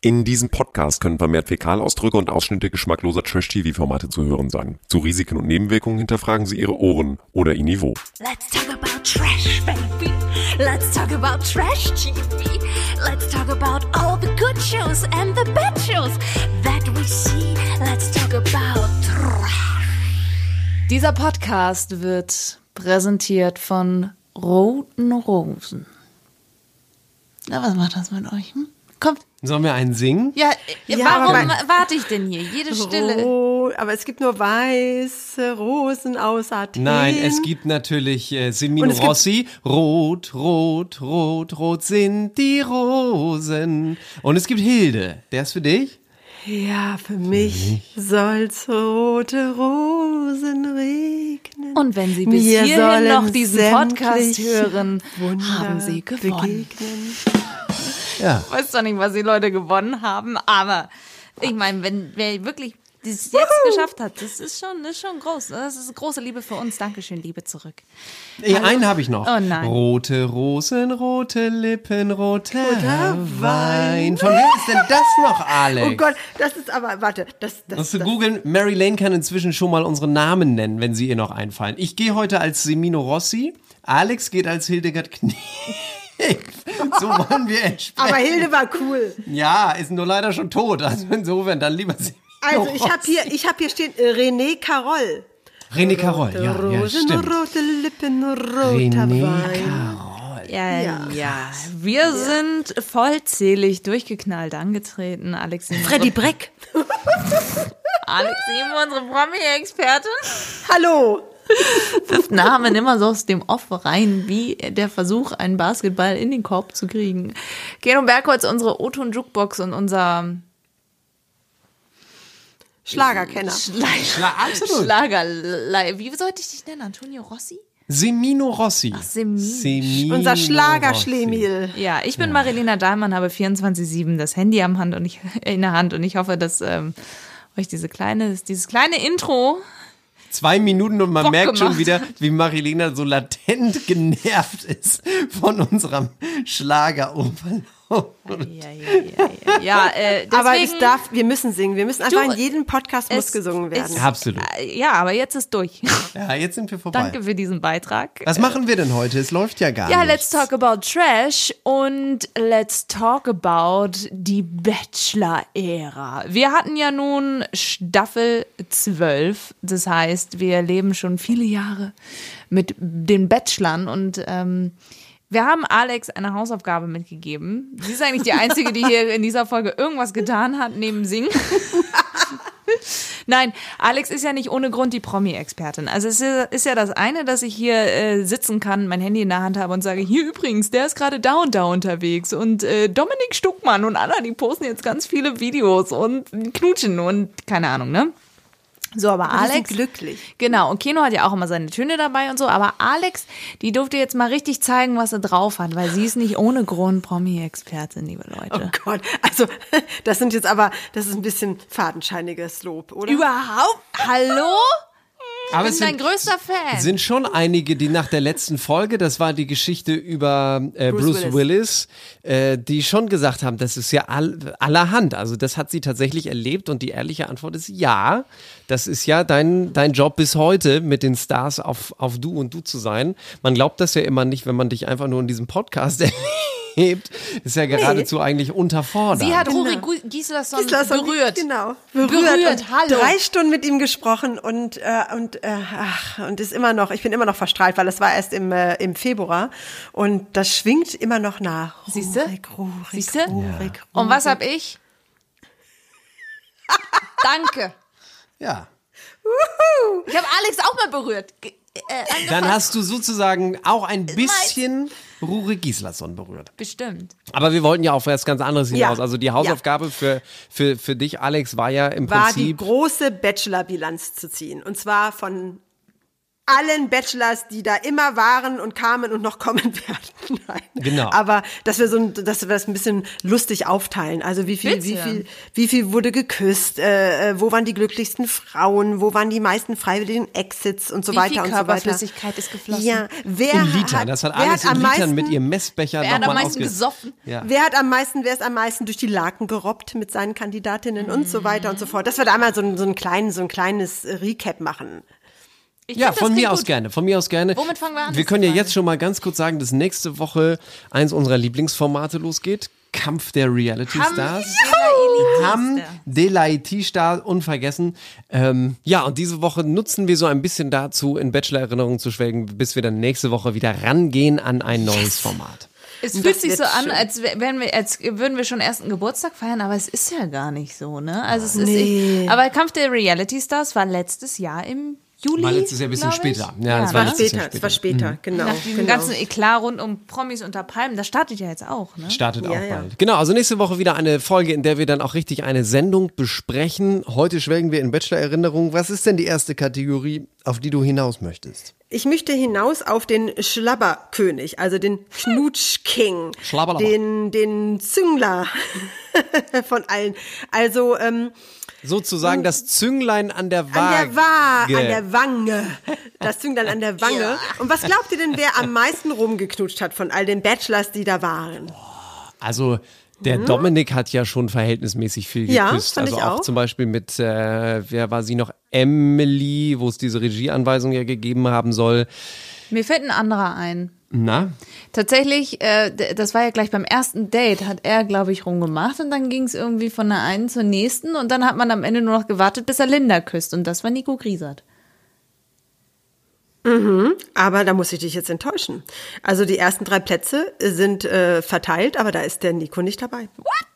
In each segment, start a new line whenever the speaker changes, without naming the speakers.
In diesem Podcast können vermehrt Fäkalausdrücke und Ausschnitte geschmackloser Trash-TV-Formate zu hören sein. Zu Risiken und Nebenwirkungen hinterfragen Sie Ihre Ohren oder Ihr Niveau.
Let's talk about trash, baby. Let's talk about trash TV. Let's talk about all the good shows and the bad shows that we see. Let's talk about trash.
Dieser Podcast wird präsentiert von Roten Rosen. Na, was macht das mit euch? Hm? Kommt.
Sollen wir einen singen?
Ja, äh,
Ja,
warum
aber-
warte ich denn hier? Jede Stille.
Oh, aber es gibt nur weiße Rosen aus Athen.
Nein, es gibt natürlich äh, Semino
Und es gibt-
Rossi. Rot, rot, rot, rot sind die Rosen. Und es gibt Hilde. Der ist für dich?
Ja, für mich soll's rote Rosen regnen.
Und wenn Sie bis
Mir
hierhin
sollen
noch diesen Podcast
sämtliche
hören,
Wunder
haben Sie gewonnen.
Begegnen.
Ja.
Ich weiß doch nicht, was die Leute gewonnen haben, aber ich meine, wenn wer wirklich das jetzt geschafft hat, das ist schon, das ist schon groß. ne? Das ist große Liebe für uns. Dankeschön, Liebe zurück.
Ey, einen habe ich noch.
Oh nein.
Rote Rosen, rote Lippen, roter Wein. Von wem ist denn das noch, Alex?
Oh Gott, das ist aber, warte, das, das,
Musst du
das
googeln, Mary Lane kann inzwischen schon mal unsere Namen nennen, wenn sie ihr noch einfallen. Ich gehe heute als Semino Rossi, Alex geht als Hildegard Knie. so wollen wir entsprechen.
aber Hilde war cool.
Ja, ist nur leider schon tot. Also insofern dann lieber Semino
Also ich habe
Rossi.
hier, ich habe hier stehen äh, René Carol.
René Carol, ja, ja,
Rosen,
stimmt.
rote Lippen, roter
René
Wein.
Carol.
Ja, ja. Wir sind vollzählig durchgeknallt angetreten. Alex Simon,
Freddy Breck.
Alex Simon, unsere Promi-Expertin.
Hallo.
Namen immer so aus dem Off rein, wie der Versuch, einen Basketball in den Korb zu kriegen. Geno Bergholz, unsere Oton-Jukebox und unser
Schlagerkenner.
Schlager.
Klar, absolut.
Schlager. Wie sollte ich dich nennen? Antonio Rossi?
Semino Rossi.
Semino.
Semino
Unser
Rossi.
Schlagerschlemil.
Ja, ich bin Marilena Dahlmann, habe 24-7 das Handy am Hand und ich, äh, in der Hand und ich hoffe, dass ähm, euch diese kleine, dieses kleine Intro
zwei Minuten und man
Bock
merkt schon
gemacht
wieder, wie Marilena so latent genervt ist von unserem Schlageroverlauf.
Ja, ja, ja, ja. ja äh, deswegen,
aber es darf, wir müssen singen. Wir müssen einfach
Du,
in jedem Podcast muss
es
gesungen werden.
ist-
Absolut.
Äh, ja, aber jetzt ist durch.
Ja, jetzt sind wir vorbei.
Danke für diesen Beitrag.
Was machen wir denn heute? Es läuft ja gar
Ja,
nicht.
let's talk about Trash und let's talk about die Bachelor-Ära. Wir hatten ja nun Staffel 12, das heißt, wir leben schon viele Jahre mit den Bachelorn und ähm, wir haben Alex eine Hausaufgabe mitgegeben. Sie ist eigentlich die Einzige, die hier in dieser Folge irgendwas getan hat, neben Singen. Nein, Alex ist ja nicht ohne Grund die Promi-Expertin. Also es ist ist ja das eine, dass ich hier äh, sitzen kann, mein Handy in der Hand habe und sage, hier übrigens, der ist gerade da und da unterwegs. Und äh, Dominik Stuckmann und Anna, die posten jetzt ganz viele Videos und knutschen und keine Ahnung, ne? So, aber
Wir sind
Alex.
glücklich.
Genau, und Keno hat ja auch immer seine Töne dabei und so, aber Alex, die durfte jetzt mal richtig zeigen, was er drauf hat, weil sie ist nicht ohne Grund Promi-Expertin, liebe Leute.
Oh Gott, also das sind jetzt aber, das ist ein bisschen fadenscheiniges Lob, oder?
Überhaupt? Hallo?
Aber
Ich bin dein größter Fan.
sind schon einige, die nach der letzten Folge, das war die Geschichte über äh, Bruce,
Bruce
Willis, äh, die schon gesagt haben, das ist ja all, allerhand. Also das hat sie tatsächlich erlebt und die ehrliche Antwort ist ja. Das ist ja dein, dein Job bis heute, mit den Stars auf, auf du und du zu sein. Man glaubt das ja immer nicht, wenn man dich einfach nur in diesem Podcast erlebt. Ist ja geradezu eigentlich unterfordert.
Sie hat
Genau.
Rory Gu- Gislason,
Das hat-
berührt.
Genau.
Berührt,
und
hallo.
Drei Stunden mit ihm gesprochen und, äh, und, äh, ach, und ist immer noch, ich bin immer noch verstrahlt, weil das war erst im, äh, im Februar und das schwingt immer noch nach.
Siehste?
Ruhig, ruhig,
Siehste?
ruhig, ruhig.
Und was hab ich? Danke.
ja.
Ich habe Alex auch mal berührt. Ge- Äh, ange-
Dann hast du sozusagen auch ein bisschen Rure Gislason berührt.
Bestimmt.
Aber wir wollten ja auf was ganz anderes hinaus.
Ja.
Also die Hausaufgabe für, für, für dich, Alex, war ja im
war die
Prinzip.
große Bachelor-Bilanz zu ziehen. Und zwar von allen Bachelors, die da immer waren und kamen und noch kommen werden. Nein.
Genau.
Aber dass wir so ein, dass wir das ein bisschen lustig aufteilen. Also wie viel,
Bitte.
wie viel, wie viel wurde geküsst, äh, äh, wo waren die glücklichsten Frauen, wo waren die meisten freiwilligen Exits und so
Wie
weiter
viel
und so weiter.
Körperflüssigkeit ist geflossen?
Ja, wer
In Litern,
hat,
das hat
wer
alles
hat
in
am
Litern mit
meisten-
ihrem Messbecher
Wer hat am
nochmal
meisten
ausge...
gesoffen?
Ja.
Wer hat am meisten, wer ist am meisten durch die Laken gerobbt mit seinen Kandidatinnen und so weiter und so fort. Dass wir da mal so, ein- so, einen kleinen, so ein kleines äh, Recap machen.
Ich
Ja,
find, das
von mir
klingt
aus
gut.
gerne, von mir aus gerne.
Womit fangen wir an?
Wir können ja
Frage.
jetzt schon mal ganz kurz sagen, dass nächste Woche eins unserer Lieblingsformate losgeht. Kampf der Reality
Ham-
Stars.
Juhu!
Ham Delaiti Star unvergessen. Ähm, ja, und diese Woche nutzen wir so ein bisschen dazu, in Bachelor-Erinnerungen zu schwelgen, bis wir dann nächste Woche wieder rangehen an ein neues Format.
Es fühlt sich
wird
so an,
schön.
als, wär- wären wir, als würden wir schon ersten Geburtstag feiern, aber es ist ja gar nicht so, ne? Also es ist, ich, aber Kampf der Reality Stars war letztes Jahr im Juli.
War letztes Jahr ein bisschen
glaub ich. ne?
später. Ja, das war
War
Das ist ja
später, es
später. Mhm.
war später, genau.
Nach diesem
genau.
ganzen Eklat rund um Promis unter Palmen, das startet ja jetzt auch, ne?
Startet auch
Ja, ja.
bald. Genau, also nächste Woche wieder eine Folge, in der wir dann auch richtig eine Sendung besprechen. Heute schwelgen wir in Bachelor-Erinnerungen. Was ist denn die erste Kategorie, auf die du hinaus möchtest?
Ich möchte hinaus auf den Schlabberkönig, also den Knutschking,
Schlabberlabber.
den, den Züngler von allen. Also ähm,
Sozusagen das Zünglein an der Waage.
Hm. an der Wa, an der Wange, das Zünglein an der Wange. Und was glaubt ihr denn, wer am meisten rumgeknutscht hat von all den Bachelors, die da waren?
Also der Dominik hat ja schon verhältnismäßig viel
Hm. Ja,
geküsst.
fand
also
ich
auch,
auch.
zum Beispiel mit, äh, wer war sie noch? Emily, wo es diese Regieanweisung ja gegeben haben soll.
Mir fällt ein anderer ein.
Na?
Tatsächlich, äh, d- das war ja gleich beim ersten Date, hat er, glaube ich, rumgemacht und dann ging es irgendwie von der einen zur nächsten und dann hat man am Ende nur noch gewartet, bis er Linda küsst und das war Nico Griesert.
Aber da muss ich dich jetzt enttäuschen. Also die ersten drei Plätze sind äh, verteilt, aber da ist der Nico nicht dabei. What?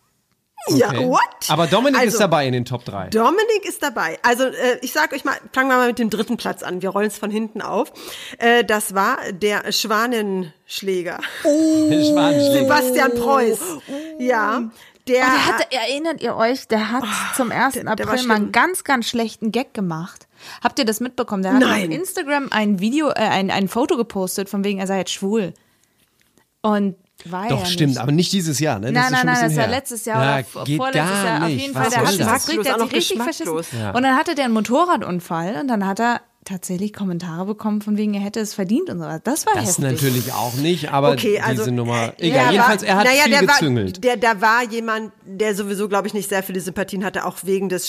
Ja,
Okay.
what?
Aber Dominik ist
Also,
dabei in den Top 3.
Dominik ist dabei. Also äh, ich sag euch mal, fangen wir mal mit dem dritten Platz an. Wir rollen es von hinten auf. Äh, das war der Schwanenschläger.
Oh.
Sebastian Preuß. Ja. Der,
Und der hatte, erinnert ihr euch, der hat zum 1.
Oh, der war
April mal einen
schlimm.
ganz, ganz schlechten Gag gemacht. Habt ihr das mitbekommen? Der hat
Nein.
auf Instagram ein Video, äh, ein, ein Foto gepostet, von wegen, er sei jetzt schwul. Und war
Doch,
ja
stimmt,
nicht.
aber nicht dieses Jahr, ne?
Nein,
ist
nein,
schon ein
nein, das
bisschen
war
her.
letztes Jahr
ja,
oder vor-
geht
vorletztes
gar
Jahr. Auf
nicht.
jeden
Was
Fall, der
soll
hat
das?
das gekriegt, der
Auch
hat
noch
sich richtig
geschmacklos.
verschissen. Und dann hatte der einen Motorradunfall und dann hat er tatsächlich Kommentare bekommen, von wegen, er hätte es verdient und so. Das war
Das
heftig.
natürlich auch nicht, aber
Okay, also,
diese Nummer.
äh,
Egal,
ja,
jedenfalls,
war-
er hat
naja,
viel
der
gezüngelt.
War, der, da war jemand, der sowieso, glaube ich, nicht sehr viele Sympathien hatte, auch wegen des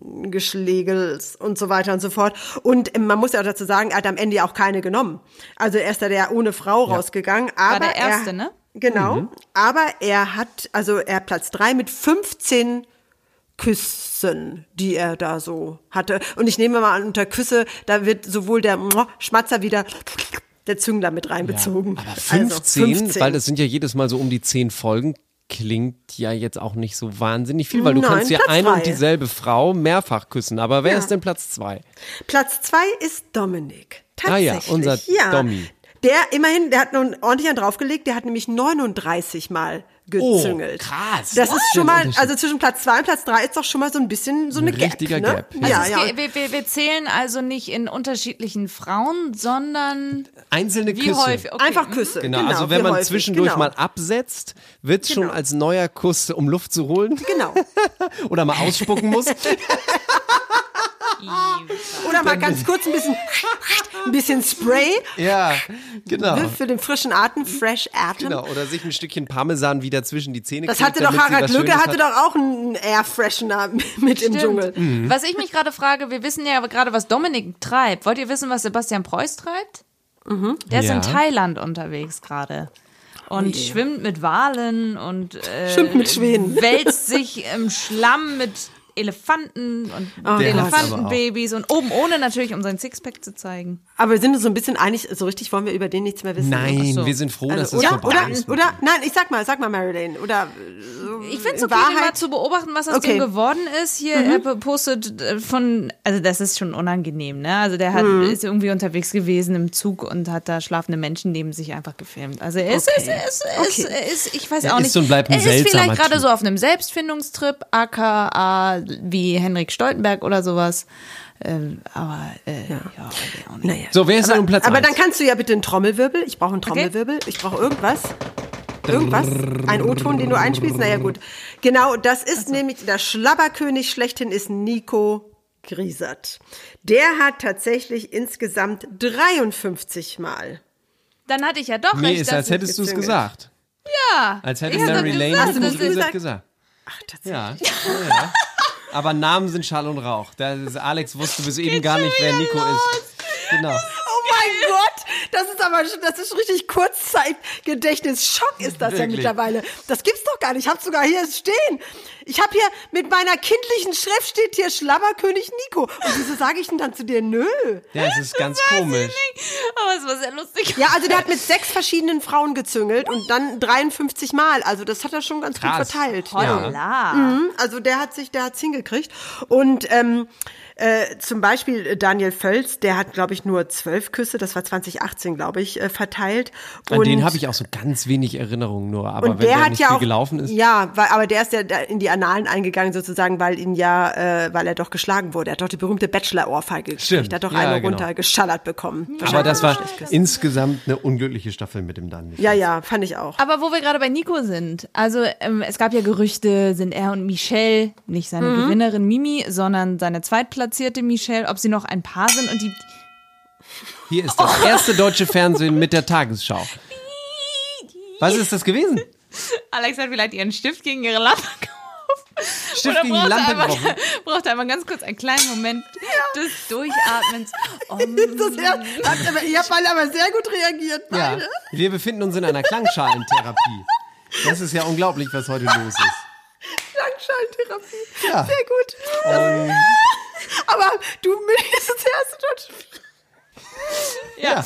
Schwanengeschlägels und so weiter und so fort. Und äh, man muss ja auch dazu sagen, er hat am Ende ja auch keine genommen. Also er ist da der ohne Frau rausgegangen. Aber
der Erste,
er,
ne?
Genau.
Mhm.
Aber er hat, also er Platz drei mit 15 Küssen, die er da so hatte. Und ich nehme mal an, unter Küsse, da wird sowohl der Schmatzer wieder der Züngler mit reinbezogen.
Aber
Also
15,
15.
weil das sind ja jedes Mal so um die 10 Folgen, klingt ja jetzt auch nicht so wahnsinnig viel, weil du
Nein,
kannst ja
Platz
ein
drei.
und dieselbe Frau mehrfach küssen. Aber wer ist denn Platz 2?
Platz zwei ist Dominik.
Ah ja,
Tatsächlich.
unser
ja.
Dommi.
Der immerhin, der hat nun ordentlich einen draufgelegt, der hat nämlich 39 Mal gezüngelt.
Oh, krass.
Das ist schon
Ein
mal,
Unterschied.
also zwischen Platz zwei und Platz drei ist doch schon mal so ein bisschen so eine
Ein richtiger
Gap, ne?
Gap, ja.
Ja,
Also
ja.
es geht- Wir, wir, wir zählen also nicht in unterschiedlichen Frauen, sondern
Einzelne
wie
Küsse.
häufig. Okay.
Einfach
mhm.
Küsse.
Genau, also wenn
wie
man
häufig,
zwischendurch
genau.
mal absetzt, wird schon
Genau.
als neuer Kuss, um Luft zu holen
Genau.
oder mal ausspucken muss.
Oder mal ganz kurz ein bisschen, ein bisschen Spray
ja, genau.
für den frischen Atem, Fresh Atem.
Genau, oder sich ein Stückchen Parmesan wieder zwischen die Zähne
Das
klebt,
hatte doch
damit sie
Harald
was
Lücke,
Schönes
hatte
hat.
doch auch einen Airfreshener mit im Dschungel.
Stimmt. Was ich mich gerade frage, wir wissen ja gerade, was Dominik treibt. Wollt ihr wissen, was Sebastian Preuß treibt?
Mhm.
Der ist
Ja.
in Thailand unterwegs gerade. Und schwimmt mit Walen und äh,
Schwimmt mit Schwänen.
wälzt sich im Schlamm mit Elefanten und
Ah, Der hat's
Elefantenbabys und oben ohne natürlich, um sein Sixpack zu zeigen.
Aber wir sind uns so ein bisschen einig, so richtig wollen wir über den nichts mehr wissen.
Nein,
so.
wir sind froh, dass
Also,
das
oder,
vorbei
oder,
ist.
oder, nein, ich sag mal, sag mal Marilyn, oder, äh,
Ich finde es
In
okay, den mal
Wahrheit-
zu beobachten, was aus
Okay. Mhm.
dem geworden ist. Hier, er postet äh, von, also das ist schon unangenehm, ne? Also der hat,
Mhm.
ist irgendwie unterwegs gewesen im Zug und hat da schlafende Menschen neben sich einfach gefilmt. Also er ist,
Okay.
er ist, er ist, er ist, er ist ich weiß
Er
auch
ist
nicht.
und bleibt ein
er ist
seltsamer
vielleicht gerade
Typ.
so auf einem Selbstfindungstrip, aka wie Henrik Stoltenberg oder sowas. Ähm, aber äh, ja. auch nicht.
Naja.
So, wer ist
aber,
denn um Platz
Aber
eins?
dann kannst du ja bitte einen Trommelwirbel. Ich brauche einen Trommelwirbel. Ich brauche irgendwas. Irgendwas. Ein O-Ton, den du einspielst. Naja, gut. Genau, das ist
Also.
nämlich der Schlabberkönig schlechthin ist Nico Griesert. Der hat tatsächlich insgesamt 53 Mal.
Dann hatte ich ja doch
Nee,
recht.
ist,
dass
als
es-
hättest du es
gezüngelt.
gesagt.
ja,
Als
ich
hätte
hab doch
Larry Lane
gesagt,
das
das
ist-
gesagt.
gesagt.
gesagt.
Ach, tatsächlich.
Ja. ja, ja. Aber Namen sind Schall und Rauch. Da ist, Alex wusste bis eben gar nicht, wer Nico ist. Genau.
Oh mein Gott, das ist aber schon- das ist richtig Kurzzeitgedächtnis. Schock ist das ja
Wirklich.
mittlerweile. Das gibt's doch gar nicht. Ich hab's sogar hier stehen. Ich hab hier mit meiner kindlichen Schrift steht hier Schlabberkönig Nico. Und wieso sage ich denn dann zu dir nö?
Ja, es ist ganz komisch.
Aber es war sehr lustig.
Ja, also der hat mit sechs verschiedenen Frauen gezüngelt und dann 53 Mal. Also das hat er schon ganz gut
Krass.
verteilt.
Ja.
Holla.
Mhm, Also der hat sich, der hat's hingekriegt. Und ähm, äh, zum Beispiel äh, Daniel Völz, der hat, glaube ich, nur zwölf Küsse, das war 2018, glaube ich, äh, verteilt.
An
Und-
den habe ich auch so ganz wenig Erinnerungen nur. Aber wenn
und der, hat
nicht
ja
viel
auch,
gelaufen ist,
Ja, weil, aber der ist ja da in die Annalen eingegangen sozusagen, weil ihn ja, äh, weil er doch geschlagen wurde. Er hat doch die berühmte Bachelor-Ohrfeige
Stimmt,
gekriegt. Er hat doch
ja,
eine
genau.
runtergeschallert bekommen.
aber das war insgesamt eine unglückliche Staffel mit dem Dann.
Ja, ja, fand ich auch.
Aber wo wir gerade bei Nico sind, also ähm, es gab ja Gerüchte, sind er und Michelle, nicht seine Gewinnerin Mimi, sondern seine zweitplatzierte Michelle, ob sie noch ein Paar sind und die.
Hier ist das erste deutsche Fernsehen mit der Tagesschau. Was ist das gewesen?
Alex hat vielleicht ihren Stift gegen ihre Lampe geworfen.
Stift
Oder
gegen die
braucht er
Lampe
einmal-
geworfen.
Braucht er einmal ganz kurz einen kleinen Moment des Durchatmens. Oh,
Das, ja, habt aber, ihr habt alle aber sehr gut reagiert.
Ja,
beide.
wir befinden uns in einer Klangschalentherapie. Das ist ja unglaublich, was heute los ist.
Klangschallentherapie.
Ja.
Sehr gut.
Und
Aber du das ist das erste Deutsche.
ja, aber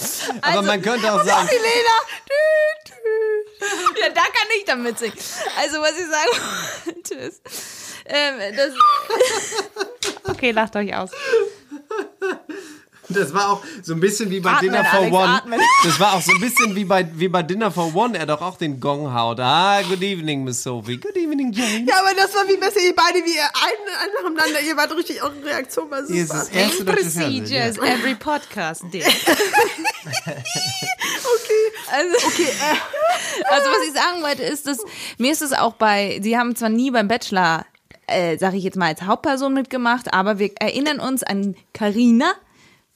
Also-
man könnte auch sagen,
Milena. Tü, tü.
Ja, da kann ich dann mitsingen. Also, was ich sagen wollte ist, ähm, das. okay, lacht euch aus.
das war auch so ein bisschen wie bei
Atmen,
Dinner for
Alex,
One.
atmen.
Das war auch so ein bisschen wie bei, wie bei Dinner for One, er doch auch den Gong haut. Ah, good evening, Miss Sophie. Good evening, Jane.
Ja, aber das war wie besser, ihr beide, wie ihr ein, ein nacheinander, ihr wart richtig auch in Reaktion, war super.
Hier ist das erste deutsche Fernsehen. Ja.
Procedures, every podcast day.
Okay.
Also, also was ich sagen wollte, ist, dass mir ist es auch bei, sie haben zwar nie beim Bachelor, äh, sage ich jetzt mal, als Hauptperson mitgemacht, aber wir erinnern uns an Karina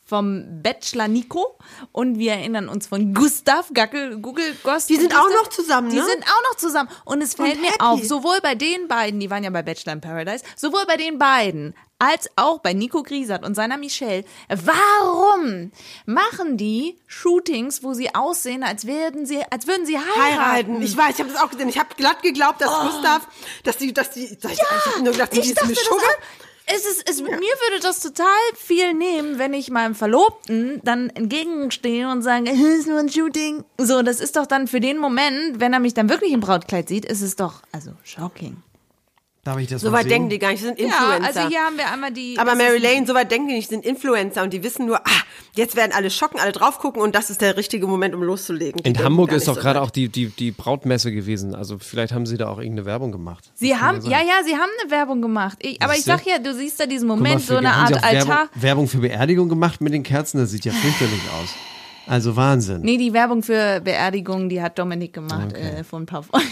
vom Bachelor Nico und wir erinnern uns von Gustav Gackel, Google Gost.
Die sind
Gustav,
auch noch zusammen,
Die
ne?
sind auch noch zusammen und es fällt
Und
mir
happy.
auf, sowohl bei den beiden, die waren ja bei Bachelor in Paradise, sowohl bei den beiden als auch bei Nico Griesert und seiner Michelle, warum machen die Shootings, wo sie aussehen, als werden sie, als würden sie heiraten?
heiraten. Ich weiß, ich habe das auch gesehen. Ich habe glatt geglaubt, dass Gustav, dass die, dass die, ich, ich habe nur gedacht, die
ich
ist
dachte
eine
das
Schugge.
auch. Es ist, es, Mir würde das total viel nehmen, wenn ich meinem Verlobten dann entgegenstehe und sage, "Es ist nur ein Shooting. So, das ist doch dann für den Moment, wenn er mich dann wirklich im Brautkleid sieht, ist es doch, also, shocking.
Darf ich das mal
Soweit
sehen?
denken die gar nicht, die sind Influencer.
Ja, also hier haben wir einmal die.
aber
es ist
Mary Lane, soweit denken die nicht, die sind Influencer und die wissen nur, ah, jetzt werden alle schocken, alle drauf gucken und das ist der richtige Moment, um loszulegen. Die
In
denken
Hamburg
gar
ist
nicht
doch
so
gerade
weit.
auch die, die, die Brautmesse gewesen. Also vielleicht haben sie da auch irgendeine Werbung gemacht.
Sie haben, ja, ja, sie haben eine Werbung gemacht. Ich, aber ich
Siehste?
sag ja, du siehst da diesen
Guck mal,
Moment, so
für-
eine
haben sie
Art
auch Werbung,
Altar.
Werbung für Beerdigung gemacht mit den Kerzen, das sieht ja fürchterlich aus. Also Wahnsinn.
Nee, die Werbung für Beerdigungen, die hat Dominik gemacht äh, vor ein paar Wochen.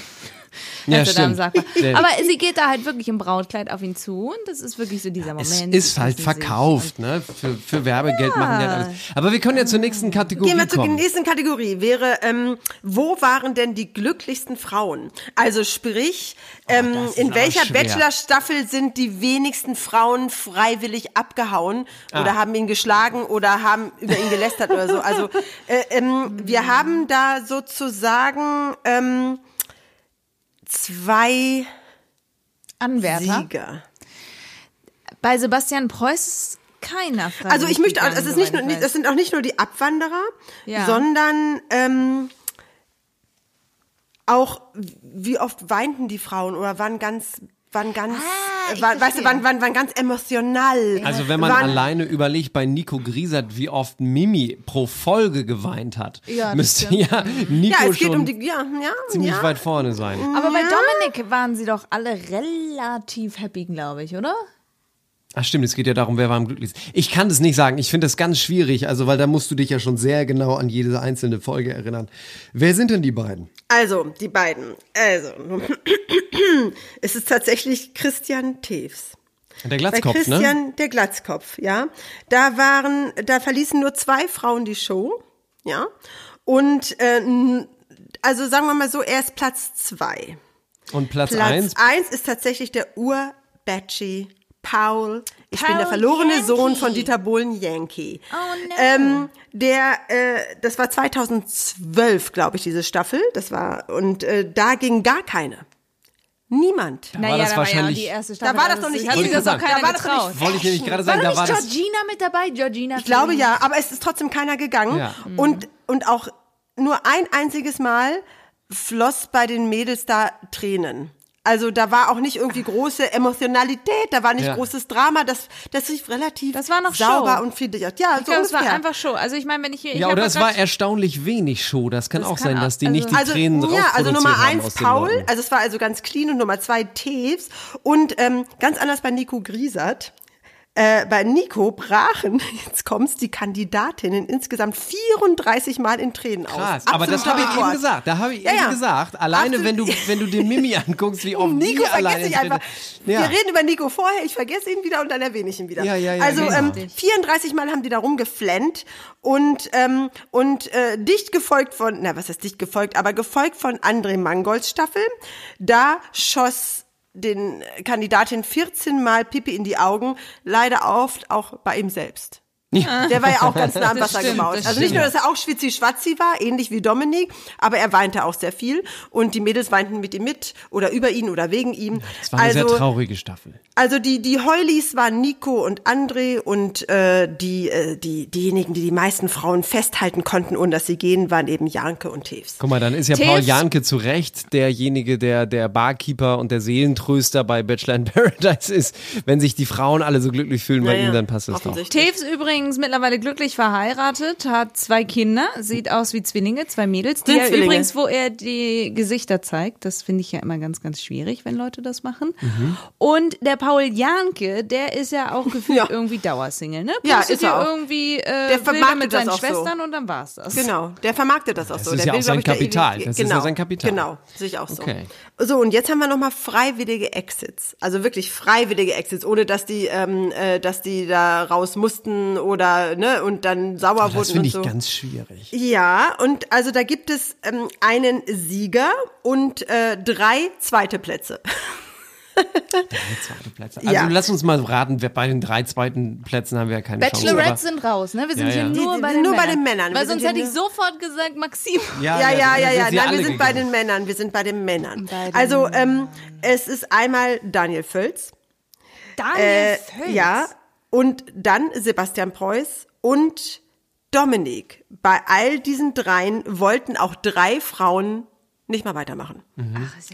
Ja,
Als er da am
stimmt.
Sarg war.
Der-
Aber sie geht da halt wirklich im Brautkleid auf ihn zu und das ist wirklich so dieser
Es
Moment.
ist
sie
halt
küssen
verkauft, ne? Für, für Werbegeld machen die halt alles. Aber wir können ja zur nächsten Kategorie
Gehen wir zur
kommen.
nächsten Kategorie. Wäre, ähm, wo waren denn die glücklichsten Frauen? Also sprich, ähm,
Oh, das ist
in
aber
welcher
schwer.
Bachelor-Staffel sind die wenigsten Frauen freiwillig abgehauen
Ah.
oder haben ihn geschlagen oder haben über ihn gelästert oder so? Also äh, ähm,
Hm.
wir haben da sozusagen ähm, zwei
sich. Anwärter.
Sieger.
Bei Sebastian Preuß ist keiner freiwillig
Also ich möchte, auch,
gegangen,
es ist nicht nur,
soweit ich
das
weiß.
sind auch nicht nur die Abwanderer,
Ja.
sondern ähm, auch wie oft weinten die Frauen oder waren ganz, waren ganz,
Ah, ich
äh, waren, weißt du,
verstehe.
waren, waren, waren ganz emotional.
Also wenn man
waren,
alleine überlegt bei Nico Griesert, wie oft Mimi pro Folge geweint hat,
Ja, das
müsste
stimmt.
ja Nico
ja, es geht
schon
um die, ja, ja,
ziemlich
ja.
weit vorne sein.
Aber bei Dominik waren sie doch alle relativ happy, glaube ich, oder?
Ach stimmt, es geht ja darum, wer war am glücklichsten. Ich kann das nicht sagen. Ich finde das ganz schwierig, also weil da musst du dich ja schon sehr genau an jede einzelne Folge erinnern. Wer sind denn die beiden?
Also, die beiden. Also, es ist tatsächlich Christian Teves.
Der
Bei
Glatzkopf, ne?
Christian der Glatzkopf, ja. Da waren, da verließen nur zwei Frauen die Show, ja. Und äh, n- also sagen wir mal so, er ist Platz zwei.
Und Platz
Platz
eins.
eins, ist tatsächlich der Ur-Batchy Paul. Ich bin der
Paul
verlorene
Yankee.
Sohn von Dieter Bohlen Yankee.
Oh no.
ähm, der, äh, das war 2012, glaube ich, diese Staffel. Das war und äh, da ging gar keine. Niemand.
war das
da war ja
wahrscheinlich-
die erste Staffel.
Da war das
also
doch nicht
Hat sich
Ingo.
das doch keiner
Da war das doch
getraut.
nicht-
Wollte ich nämlich gerade
War
sagen,
da
da war
nicht
das.
Georgina mit dabei? Georgina.
Ich glaube ja, aber es ist trotzdem keiner gegangen.
genau. Ja.
Mhm.
Und, und auch nur ein einziges Mal floss bei den Mädels da Tränen. Also da war auch nicht irgendwie große Emotionalität, da war nicht
Ja.
großes Drama, das, das lief relativ
Das war noch
sauber
Show.
und friedlich. aus. Ja,
Ich
so
glaube, es war
ungefähr.
einfach Show. Also ich meine, wenn ich hier.
Ja,
ich
oder
hab
es
grad-
war erstaunlich wenig Show. Das kann auch
kann
sein,
auch-
dass die
also-
nicht die
also,
Tränen
ja, also
rausproduziert
Nummer
haben
eins
aus den
Paul,
Leuten.
also es war also ganz clean und Nummer zwei Teves und ähm, ganz anders bei Nico Griesert. Äh, bei Nico brachen, jetzt kommst die Kandidatinnen insgesamt 34 Mal in Tränen aus.
Krass, aber das habe
Absoluter
ich eben
Rekord.
gesagt. Da habe ich
Ja,
eben
ja.
gesagt, alleine wenn du,
Absolut.
wenn du dir Mimi anguckst, wie oft
Nico
die alleine
vergesse ich
entscheidet.
einfach.
Ja.
Wir reden über Nico vorher, ich vergesse ihn wieder und dann erwähne ich ihn wieder.
Ja, ja, ja,
also
genau.
ähm, 34 Mal haben die da rumgeflennt und, ähm, und äh, dicht gefolgt von, na was heißt dicht gefolgt, aber gefolgt von André Mangolds Staffel. Da schoss den Kandidatin 14 Mal Pipi in die Augen, leider oft auch bei ihm selbst. Der war ja auch ganz nah am
Das
Wasser
stimmt,
gebaut.
das
Also nicht nur, dass er auch schwitzi-schwatzi war, ähnlich wie Dominik, aber er weinte auch sehr viel und die Mädels weinten mit ihm mit oder über ihn oder wegen ihm.
Das war eine sehr
also,
traurige Staffel.
also die, die Heulis waren Nico und André und äh, die, äh, die, diejenigen, die die meisten Frauen festhalten konnten, ohne dass sie gehen, waren eben Janke und Teves.
Guck mal, dann ist ja
Tees-
Paul Janke zu Recht derjenige, der der Barkeeper und der Seelentröster bei Bachelor in Paradise ist. Wenn sich die Frauen alle so glücklich fühlen bei ihm, dann passt das doch.
Offensichtlich.
Teves übrigens mittlerweile glücklich verheiratet, hat zwei Kinder, sieht aus wie Zwillinge, zwei Mädels. Die
Sind
er
Zwillinge.
übrigens, wo er die Gesichter zeigt, das finde ich ja immer ganz, ganz schwierig, wenn Leute das machen.
Mhm.
Und der Paul Janke, der ist ja auch gefühlt
Ja.
irgendwie Dauersingle, ne?
Ja,
Postet
ist er
hier
auch.
irgendwie äh,
Der
Bilder
vermarktet
mit
das
seinen
auch so.
Schwestern und dann war's das.
Genau, der vermarktet das auch so.
ist
der
ja auch sein
glaub ich, der
Kapital.
ewige-
Das ist ja
genau,
sein Kapital.
Genau, sehe ich auch so.
Okay.
So, und jetzt haben wir nochmal freiwillige Exits. Also wirklich freiwillige Exits, ohne dass die, ähm, äh, dass die da raus mussten oder, ne, und dann sauer
Oh, Das
wurden
finde
und
ich
so.
ganz schwierig.
ja, und also da gibt es ähm, einen Sieger und äh, drei zweite Plätze.
Zweite Plätze. Also
Ja.
lass uns mal raten, wer bei den drei zweiten Plätzen haben wir ja keine
Bachelorettes
Chance.
sind raus, ne? Wir sind
Ja,
hier
ja.
nur,
Die- die
bei,
sind
den
nur bei
Männern.
den Männern. Wir
Weil
sind
sonst
hier
hätte ich
nur-
sofort gesagt, Maxim.
aber-
Ja, ja,
Ah, dann
ja,
sind
ja.
sie
Nein,
alle
wir sind bei den
gegangen.
Männern. Wir sind bei den Männern.
Bei den
Also, ähm, es ist einmal Daniel Völz.
Daniel Völz.
Äh, Ja, und dann Sebastian Preuß und Dominik. Bei all diesen dreien wollten auch drei Frauen nicht mal weitermachen.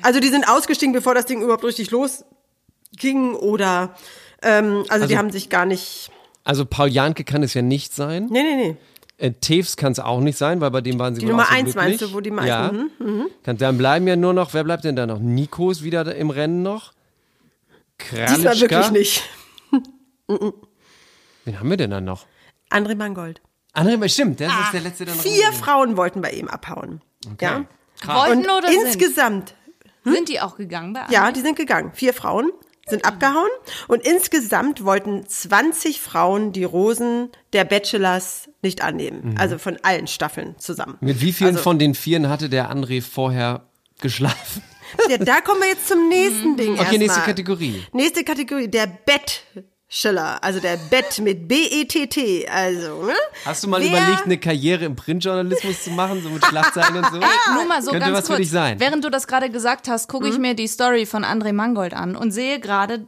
Also die sind ausgestiegen, bevor das Ding überhaupt richtig losging oder ähm, also, die haben sich gar nicht.
Also Paul Janke kann es ja nicht sein.
Nee, nee, nee.
Äh, Teves kann es auch nicht sein, weil bei dem waren sie Die
Nummer
auch so
eins
glücklich.
meinst du, wo die meisten-
Ja.
mhm,
Kann, dann bleiben ja nur noch, wer bleibt denn da noch? Nico ist wieder da im Rennen noch. Kralitschka.
Diesmal wirklich nicht.
Wen haben wir denn dann noch?
André Mangold.
André, stimmt, das ist der letzte, der noch
Ah, Vier Frauen wollten bei ihm abhauen. Ja.
Wollten oder sind?
Insgesamt
Sind die auch gegangen bei
Ja, die sind gegangen. Vier Frauen sind abgehauen und insgesamt wollten 20 Frauen die Rosen der Bachelors nicht annehmen. Also von allen Staffeln zusammen.
Mhm. Mit wie vielen
Also-
von den Vieren hatte der André vorher geschlafen?
Ja, da kommen wir jetzt zum nächsten Ding.
Mhm. Okay, nächste
erstmal.
Kategorie.
Nächste Kategorie, der Bettschiller, also der Bett mit B-E-T-T, also, ne?
Hast du mal
Wer-
überlegt, eine Karriere im Printjournalismus zu machen, so mit Schlagzeilen und so?
Ey, nur mal so
Könnte
ganz
was für
kurz.
dich sein. Mhm.
Während du das gerade gesagt hast, gucke ich mir die Story von André Mangold an und sehe gerade,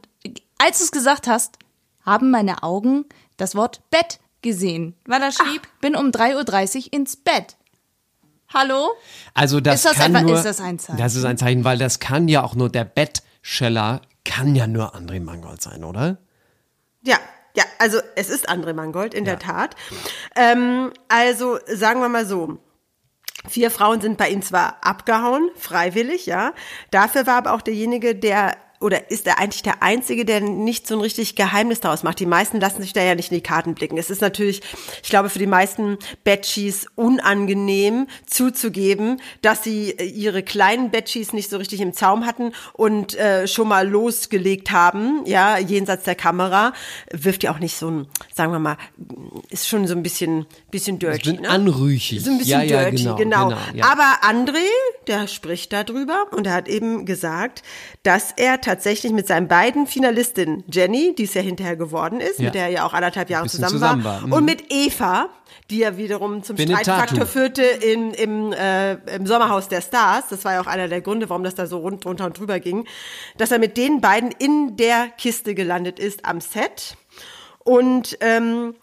als du es gesagt hast, haben meine Augen das Wort Bett gesehen, weil er schrieb,
Ah.
bin um 3.30 Uhr ins Bett. Hallo?
Also das
Ist das
kann
einfach-
nur,
ist das ein Zeichen?
Das ist ein Zeichen, weil das kann ja auch nur der Bettscheller kann ja nur André Mangold sein, oder?
Ja, ja, also es ist André Mangold, in der Tat. Ähm, also sagen wir mal so. Vier Frauen sind bei ihm zwar abgehauen, freiwillig, ja. Dafür war aber auch derjenige, der oder ist er eigentlich der Einzige, der nicht so ein richtig Geheimnis daraus macht? Die meisten lassen sich da ja nicht in die Karten blicken. Es ist natürlich, ich glaube, für die meisten Batchies unangenehm zuzugeben, dass sie äh, ihre kleinen Batchies nicht so richtig im Zaum hatten und äh, schon mal losgelegt haben, ja, jenseits der Kamera, wirft ja auch nicht so ein, sagen wir mal, ist schon so ein bisschen, bisschen dirty.
Sind
ne?
anrüchig.
So ein bisschen
ja, ja,
dirty,
genau.
genau.
ja.
Aber André, der spricht darüber und er hat eben gesagt, dass er tatsächlich mit seinen beiden Finalistinnen, Jenny, die es ja hinterher geworden ist,
Ja.
mit der er ja auch anderthalb Jahre
bisschen
zusammen,
zusammen
war,
war, mhm.
und mit Eva, die ja wiederum zum
Benetatu.
Streitfaktor führte in, im, äh, im Sommerhaus der Stars, das war ja auch einer der Gründe, warum das da so rund, drunter und drüber ging, dass er mit den beiden in der Kiste gelandet ist am Set. Und ähm,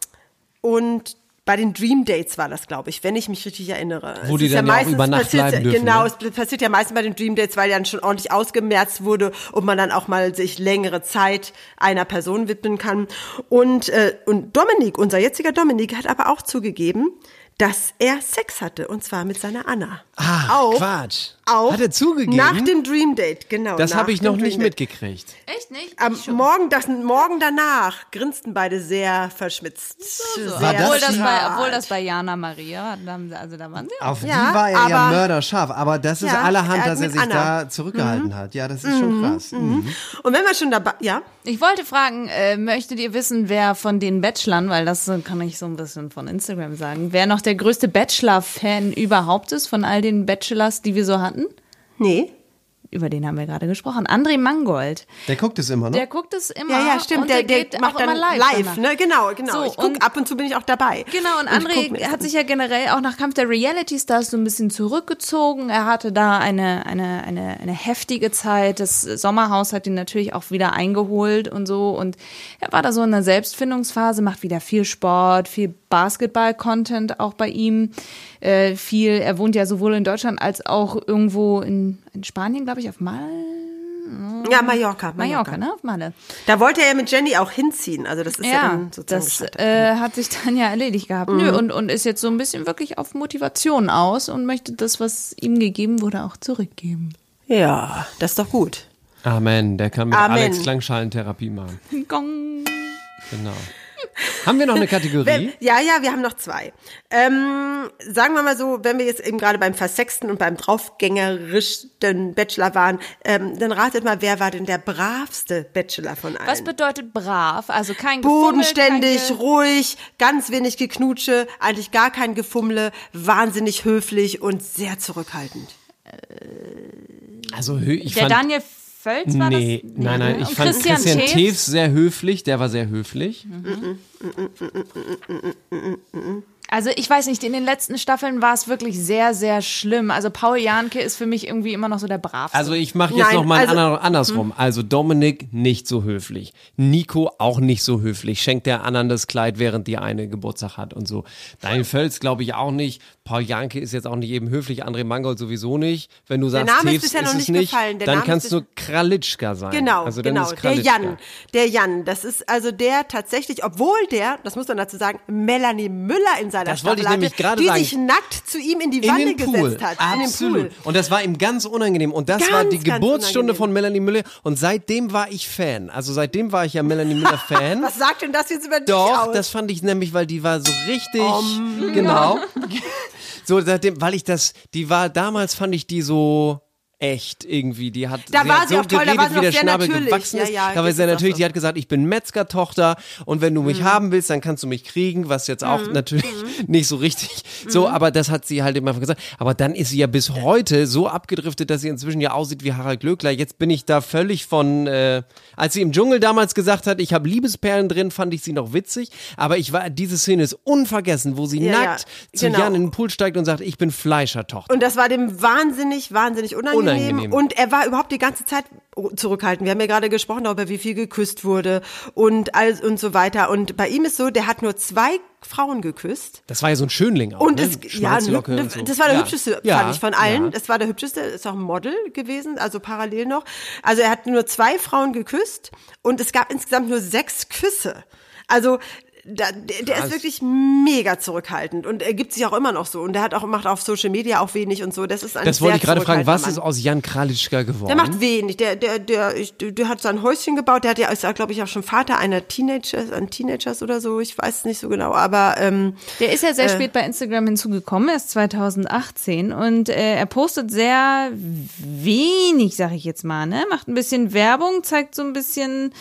und bei den Dream Dates war das, glaube ich, wenn ich mich richtig erinnere.
Wo
Es
die
ist
dann ja auch über Nacht
passiert,
bleiben dürfen,
Genau,
ne?
es passiert ja meistens bei den Dream Dates, weil dann schon ordentlich ausgemerzt wurde und man dann auch mal sich längere Zeit einer Person widmen kann. Und, äh, und Dominik, unser jetziger Dominik, hat aber auch zugegeben, dass er Sex hatte und zwar mit seiner Anna.
Ah,
auch,
Quatsch.
Auch
Hat er zugegeben?
Nach dem Dream Date, genau.
das
nach
habe ich
dem
noch
Dream
nicht
Date.
mitgekriegt.
Echt nicht?
Am
Ich schon.
Morgen, das, morgen danach grinsten beide sehr verschmitzt. Sehr
War
obwohl, das bei,
hart.
obwohl das bei Jana Maria, da haben sie- also da waren sie auch.
Auf
Ja,
die war er ja
aber-
mörderscharf, aber das ist
Ja,
allerhand,
er-
dass er
mit
sich
Anna.
da zurückgehalten hat. Ja, das ist schon krass. Mhm.
Und wenn wir schon dabei, ja,
Ich wollte fragen, äh, möchtet ihr wissen, wer von den Bachelorn, weil das so- kann ich so ein bisschen von Instagram sagen, wer noch der größte Bachelor-Fan überhaupt ist von all den Bachelors, die wir so hatten?
nee.
Über den haben wir gerade gesprochen. André Mangold.
Der guckt es immer noch.
Der guckt es immer.
Hm? Ja, ja, stimmt.
Und
Der,
der,
der,
geht
macht
auch
dann
immer
live,
live. danach.
ne? Genau, genau.
So,
ich guck,
und-
ab und zu bin ich auch dabei.
Genau, und
ich guck
André
mir das
hat
an.
sich ja generell auch nach Kampf der Reality Stars so ein bisschen zurückgezogen. Er hatte da eine, eine, eine, eine heftige Zeit. Das Sommerhaus hat ihn natürlich auch wieder eingeholt und so. Und er war da so in einer Selbstfindungsphase, macht wieder viel Sport, viel Basketball-Content auch bei ihm. Äh, viel, er wohnt ja sowohl in Deutschland als auch irgendwo in, in Spanien, glaube ich, auf Mal
Ja, Mallorca. Mallorca.
Mallorca, ne? Auf Malle.
Da wollte er ja mit Jenny auch hinziehen. Also, das ist ja,
Ja,
dann sozusagen.
das
gescheitert.
äh, hat sich dann ja Mhm. erledigt gehabt. Nö, und, und ist jetzt so ein bisschen wirklich auf Motivation aus und möchte das, was ihm gegeben wurde, auch zurückgeben.
ja, das ist doch gut.
Amen. Der kann mit
Amen.
Alex Klangschalentherapie machen.
Gong.
Genau. Haben wir noch eine Kategorie?
Wenn, Ähm, ja, ja, wir haben noch zwei. Ähm, sagen wir mal so, wenn wir jetzt eben gerade beim Versexten und beim draufgängerischsten Bachelor waren, ähm, dann ratet mal, wer war denn der bravste Bachelor von allen?
Was bedeutet brav? Also kein Gefummel,
bodenständig,
keine-
ruhig, ganz wenig Geknutsche, eigentlich gar kein Gefummle, wahnsinnig höflich und sehr zurückhaltend.
Also hö- ich
Der
fand
Daniel Völz war
Nee,
das? ne?
nein, nein,
Und
ich fand Christian, Teves
Tews?
sehr höflich, der war sehr höflich.
Also ich weiß nicht, in den letzten Staffeln war es wirklich sehr, sehr schlimm. Also Paul Janke ist für mich irgendwie immer noch so der bravste.
Also ich mache jetzt
Nein,
noch mal
also-
ander- andersrum. Also Dominik nicht so höflich, Nico auch nicht so höflich, schenkt der anderen das Kleid, während die eine Geburtstag hat und so. Daniel Völz glaube ich auch nicht, Paul Janke ist jetzt auch nicht eben höflich, André Mangold sowieso nicht. Wenn du sagst,
Name ist
Teves ist,
bisher noch
es
nicht
nicht,
gefallen. Der
dann
Name
kannst
ist
du Kralitschka sein.
Genau,
also dann
genau.
ist
Der
Kralitschka.
Jan, der Jan, das ist also der tatsächlich, obwohl der, das muss man dazu sagen, Melanie Müller in seiner
Das wollte ich
Staffel
nämlich
hatte,
gerade
die
sagen.
sich nackt zu ihm in die Wanne gesetzt hat.
Absolut.
In den Pool.
Und das war ihm ganz unangenehm. Und das war die
Ganz, ganz
Geburtsstunde
unangenehm.
von Melanie Müller. Und seitdem war ich Fan. Also seitdem war ich ja Melanie Müller Fan.
Was sagt denn das jetzt über dich
Doch,
aus?
das fand ich nämlich, weil die war so richtig. genau. so seitdem, weil ich das, die war damals fand ich die so echt irgendwie. Die hat
Da war
hat
sie
so
auch toll, da
geredet,
war sie
wie
auch
der
sehr
Schnabel
natürlich.
gewachsen ist.
Ja, ja,
da war
das
sie sehr
ist auch
natürlich.
so.
Die hat gesagt, ich bin Metzgertochter und wenn du mich
Mhm.
haben willst, dann kannst du mich kriegen, was jetzt auch natürlich nicht so richtig. So,
Mhm.
aber das hat sie halt immer gesagt. Aber dann ist sie ja bis heute so abgedriftet, dass sie inzwischen ja aussieht wie Harald Glöckler. Jetzt bin ich da völlig von, äh, als sie im Dschungel damals gesagt hat, ich habe Liebesperlen drin, fand ich sie noch witzig. Aber ich war, diese Szene ist unvergessen, wo sie
Ja, ja,
nackt zu
genau.
Jan in den Pool steigt und sagt, ich bin Fleischertochter.
Und das war dem wahnsinnig, wahnsinnig unangenehm.
Unangenehm.
Und er war überhaupt die ganze Zeit zurückhaltend. Wir haben ja gerade gesprochen darüber, wie viel geküsst wurde und alles und so weiter. Und bei ihm ist so, der hat nur zwei Frauen geküsst.
Das war ja so ein Schönling auch.
Und
ne?
es, ja, ne,
Schmalzlocke
ne,
und so.
das war der
ja.
hübscheste,
ja.
fand ich, von allen.
Ja.
Das war der hübscheste, ist auch ein Model gewesen, also parallel noch. Also er hat nur zwei Frauen geküsst und es gab insgesamt nur sechs Küsse. Also da, der, der ist wirklich mega zurückhaltend und er gibt sich auch immer noch so. Und der hat auch, macht auf Social Media auch wenig und so. Das ist ein
Das
sehr
wollte ich gerade fragen, was ist
zurückhaltender Mann.
aus Jan Kralitschka geworden?
Der macht wenig. Der, der, der, ich, der hat sein Häuschen gebaut. Der hat ja, ist ja, glaube ich, auch schon Vater einer Teenagers, an Teenagers oder so. Ich weiß es nicht so genau. Aber ähm,
Der ist ja sehr spät bei Instagram hinzugekommen, erst 2018 und äh, er postet sehr wenig, sag ich jetzt mal, ne? Macht ein bisschen Werbung, zeigt so ein bisschen,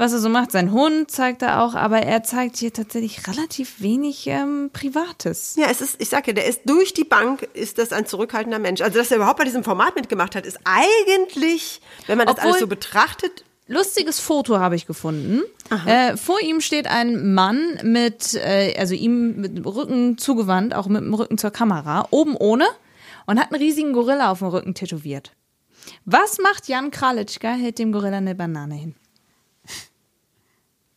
was er so macht. Sein Hund zeigt er auch, aber er zeigt hier tatsächlich relativ wenig ähm, Privates.
ja, es ist, ich sage ja, der ist durch die Bank, ist das ein zurückhaltender Mensch. Also, dass er überhaupt bei diesem Format mitgemacht hat, ist eigentlich, wenn man das
Obwohl-
alles so betrachtet,
Lustiges Foto habe ich gefunden. Äh, vor ihm steht ein Mann mit, äh, also ihm mit dem Rücken zugewandt, auch mit dem Rücken zur Kamera, oben ohne und hat einen riesigen Gorilla auf dem Rücken tätowiert. Was macht Jan Kralitschka? Hält dem Gorilla eine Banane hin.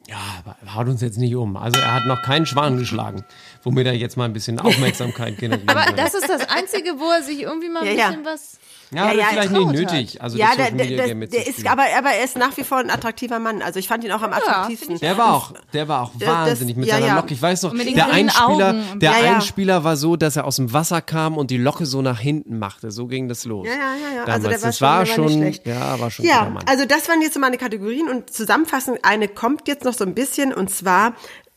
Ja, aber haut uns jetzt nicht um. Also er hat noch keinen Schwan geschlagen, womit er jetzt mal ein bisschen Aufmerksamkeit generieren
Aber
würde.
das ist das Einzige, wo er sich irgendwie mal ein
Ja, ja.
bisschen was.
ja, aber das ist vielleicht nicht nötig. Also
ja,
das
der,
Social Media
der,
Game
der,
mit
der
zu
ist,
spielen.
aber, aber er ist nach wie vor ein attraktiver Mann. Also ich fand ihn auch am attraktivsten.
Der war auch, der war auch
das-
wahnsinnig mit
ja,
seiner
ja.
Locke. Ich weiß noch,
Und mit den
der
grünen
Einspieler,
Augen und-
der
Ja, ja.
Einspieler war so, dass er aus dem Wasser kam und die Locke so nach hinten machte. So ging das los.
Ja, ja, ja, ja.
Damals.
Also der war
das
schon,
war
der war nicht
schon,
schlecht.
ja, war schon ein guter
Ja,
Mann.
also das waren jetzt so meine Kategorien und zusammenfassend eine kommt jetzt noch so ein bisschen und zwar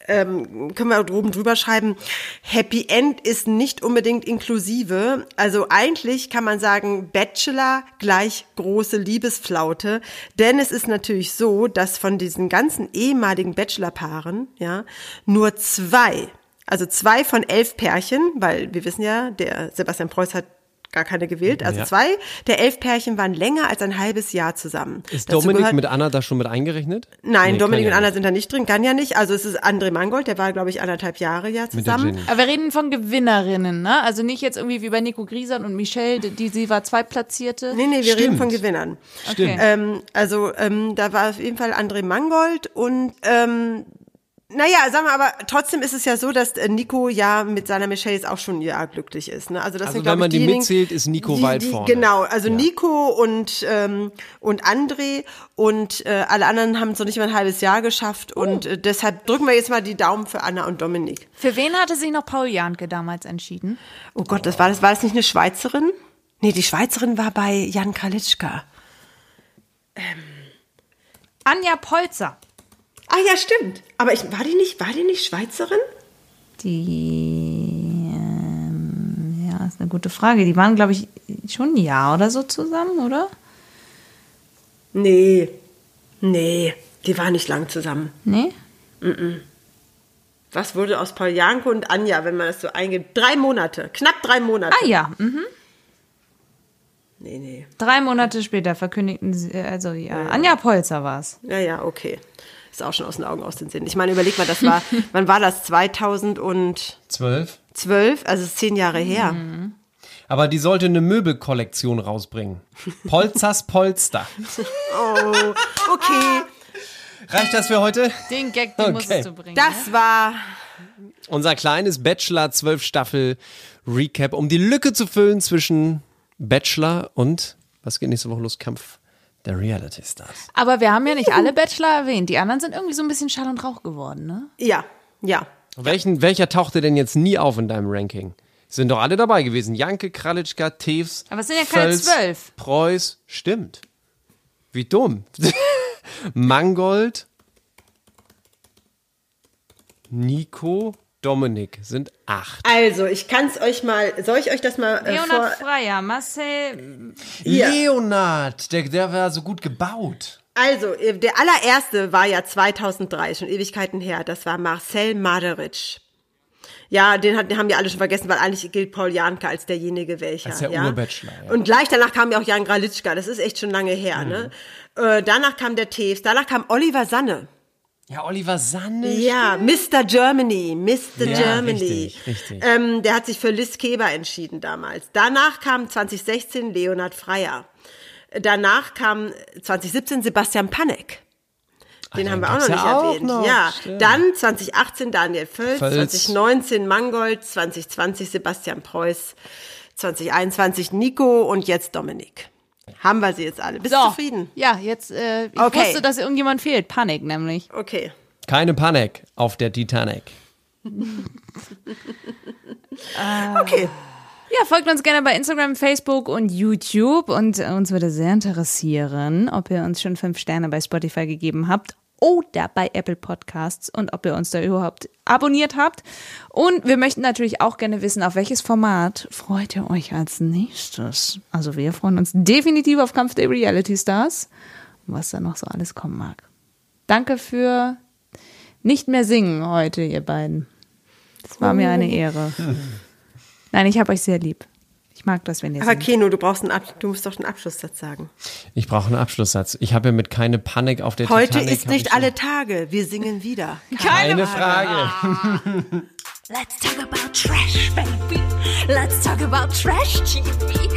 ähm, können wir oben drüber schreiben, Happy End ist nicht unbedingt inklusive. Also eigentlich kann man sagen, Bachelor gleich große Liebesflaute. Denn es ist natürlich so, dass von diesen ganzen ehemaligen Bachelor-Paaren, ja, nur zwei, also zwei von elf Pärchen, weil wir wissen ja, der Sebastian Preuß hat gar keine gewählt, also
Ja.
zwei der elf Pärchen waren länger als ein halbes Jahr zusammen.
ist
Dazu
Dominik
gehört-
mit Anna da schon mit eingerechnet?
Nein,
Nee,
Dominik
kann
und
ja
Anna
nicht.
sind da nicht drin, kann ja nicht. Also es ist André Mangold, der war, glaube ich, anderthalb Jahre ja
Mit der
zusammen.
Jenny.
Aber wir reden von Gewinnerinnen, ne? Also nicht jetzt irgendwie wie bei Nico Grisan und Michelle, die, die sie war zweitplatzierte.
Nee, nee, wir
Stimmt.
reden von Gewinnern.
Stimmt.
Ähm, also ähm, da war auf jeden Fall André Mangold und ähm, naja, sagen wir aber, trotzdem ist es ja so, dass äh, Nico ja mit seiner Michelle jetzt auch schon ein Jahr glücklich ist. Ne? Also, das
Also
sind,
wenn
glaub ich,
man die
diejenigen,
mitzählt, ist Nico
die,
weit
die,
vorne.
Genau, also Nico und, ähm, und André und äh, alle anderen haben es noch nicht mal ein halbes Jahr geschafft und äh, deshalb drücken wir jetzt mal die Daumen für Anna und Dominik.
Für wen hatte sich noch Paul Janke damals entschieden?
Oh Gott, das war das, war das nicht eine Schweizerin? Nee, die Schweizerin war bei Jan Kalitschka.
Anja Polzer.
Ah ja, stimmt. Aber ich, war die nicht, war die nicht Schweizerin?
Die. Ähm, ja, ist eine gute Frage. Die waren, glaube ich, schon ein Jahr oder so zusammen, oder?
Nee. Nee, die war nicht lang zusammen.
Nee?
Was wurde aus Paul Janko und Anja, wenn man das so eingibt? Drei Monate, knapp drei Monate.
Ah ja, mhm.
Nee, nee.
drei Monate später verkündigten sie, äh, also ja, Anja Polzer war es.
Ja, ja, okay. Ist auch schon aus den Augen, aus den Sinn. Ich meine, überleg mal, das war, wann war das? 2012?
Zwölf.
Also es ist zehn Jahre her.
Aber die sollte eine Möbelkollektion rausbringen. Polzers Polster.
Okay,
Reicht das für heute?
Den Gag, den
Okay.
musst du bringen.
das war
Unser kleines Bachelor 12 Staffel Recap, um die Lücke zu füllen zwischen Bachelor und was geht nächste Woche los? Kampf der Reality Stars.
Aber wir haben ja nicht alle Bachelor erwähnt. Die anderen sind irgendwie so ein bisschen Schall und Rauch geworden, ne?
ja, ja.
Welchen, welcher tauchte denn jetzt nie auf in deinem Ranking? Sind doch alle dabei gewesen. Janke, Kralitschka, Teves.
Aber es sind ja keine
Völz,
zwölf.
Preuß, stimmt. Wie dumm. Mangold, Nico, Dominik sind acht.
Also, ich kann es euch mal, soll ich euch das mal äh, vor...
Leonhard Freier, Marcel.
Ja.
Leonard, der, der war so gut gebaut.
Also, äh, der allererste war ja 2003, schon Ewigkeiten her. Das war Marcel Maderitsch. Ja, den, hat, den haben wir alle schon vergessen, weil eigentlich gilt Paul Janke als derjenige, welcher.
Als der
ja?
Urbachelor, ja.
Und gleich danach kam ja auch Jan Gralitschka. Das ist echt schon lange her. Ne?
Mhm.
Äh, danach kam der Teves, danach kam Oliver Sanne.
Ja, Oliver Sanne.
Ja, Mr. Germany, Mr.
Ja,
Germany.
richtig, richtig.
Ähm, der hat sich für Liz Keber entschieden damals. Danach kam 2016 Leonhard Freier. Danach kam 2017 Sebastian Panek. Den
Ah, den
haben wir auch
gab's
noch nicht
ja auch
erwähnt.
noch,
ja,
stimmt.
dann 2018 Daniel Völz,
Völz.
2019 Mangold, 2020 Sebastian Preuß, 2021 Nico und jetzt Dominik. Haben wir sie jetzt alle. Bist du zufrieden?
Ja, jetzt, äh, ich
Okay.
wusste, dass irgendjemand fehlt. Panik nämlich.
Okay.
Keine Panik auf der Titanic.
Okay.
Ah.
Ja, folgt uns gerne bei Instagram, Facebook und YouTube. Und äh, uns würde sehr interessieren, ob ihr uns schon fünf Sterne bei Spotify gegeben habt oder bei Apple Podcasts und ob ihr uns da überhaupt abonniert habt. Und wir möchten natürlich auch gerne wissen, auf welches Format freut ihr euch als nächstes? Also wir freuen uns definitiv auf Kampf der Reality Stars, und was da noch so alles kommen mag. Danke für nicht mehr singen heute, ihr beiden. Es war mir eine Ehre. Nein, ich habe euch sehr lieb. Ich mag das, wenn ihr
Aber
singt.
Keno, du brauchst einen Ab du musst doch einen Abschlusssatz sagen.
Ich brauche einen Abschlusssatz. Ich habe ja mit keine Panik auf der
Heute
Titanic.
ist
habe ich
nicht alle Tage. Wir singen wieder.
Keine Frage.
Let's talk about trash, baby. Let's talk about trash TV.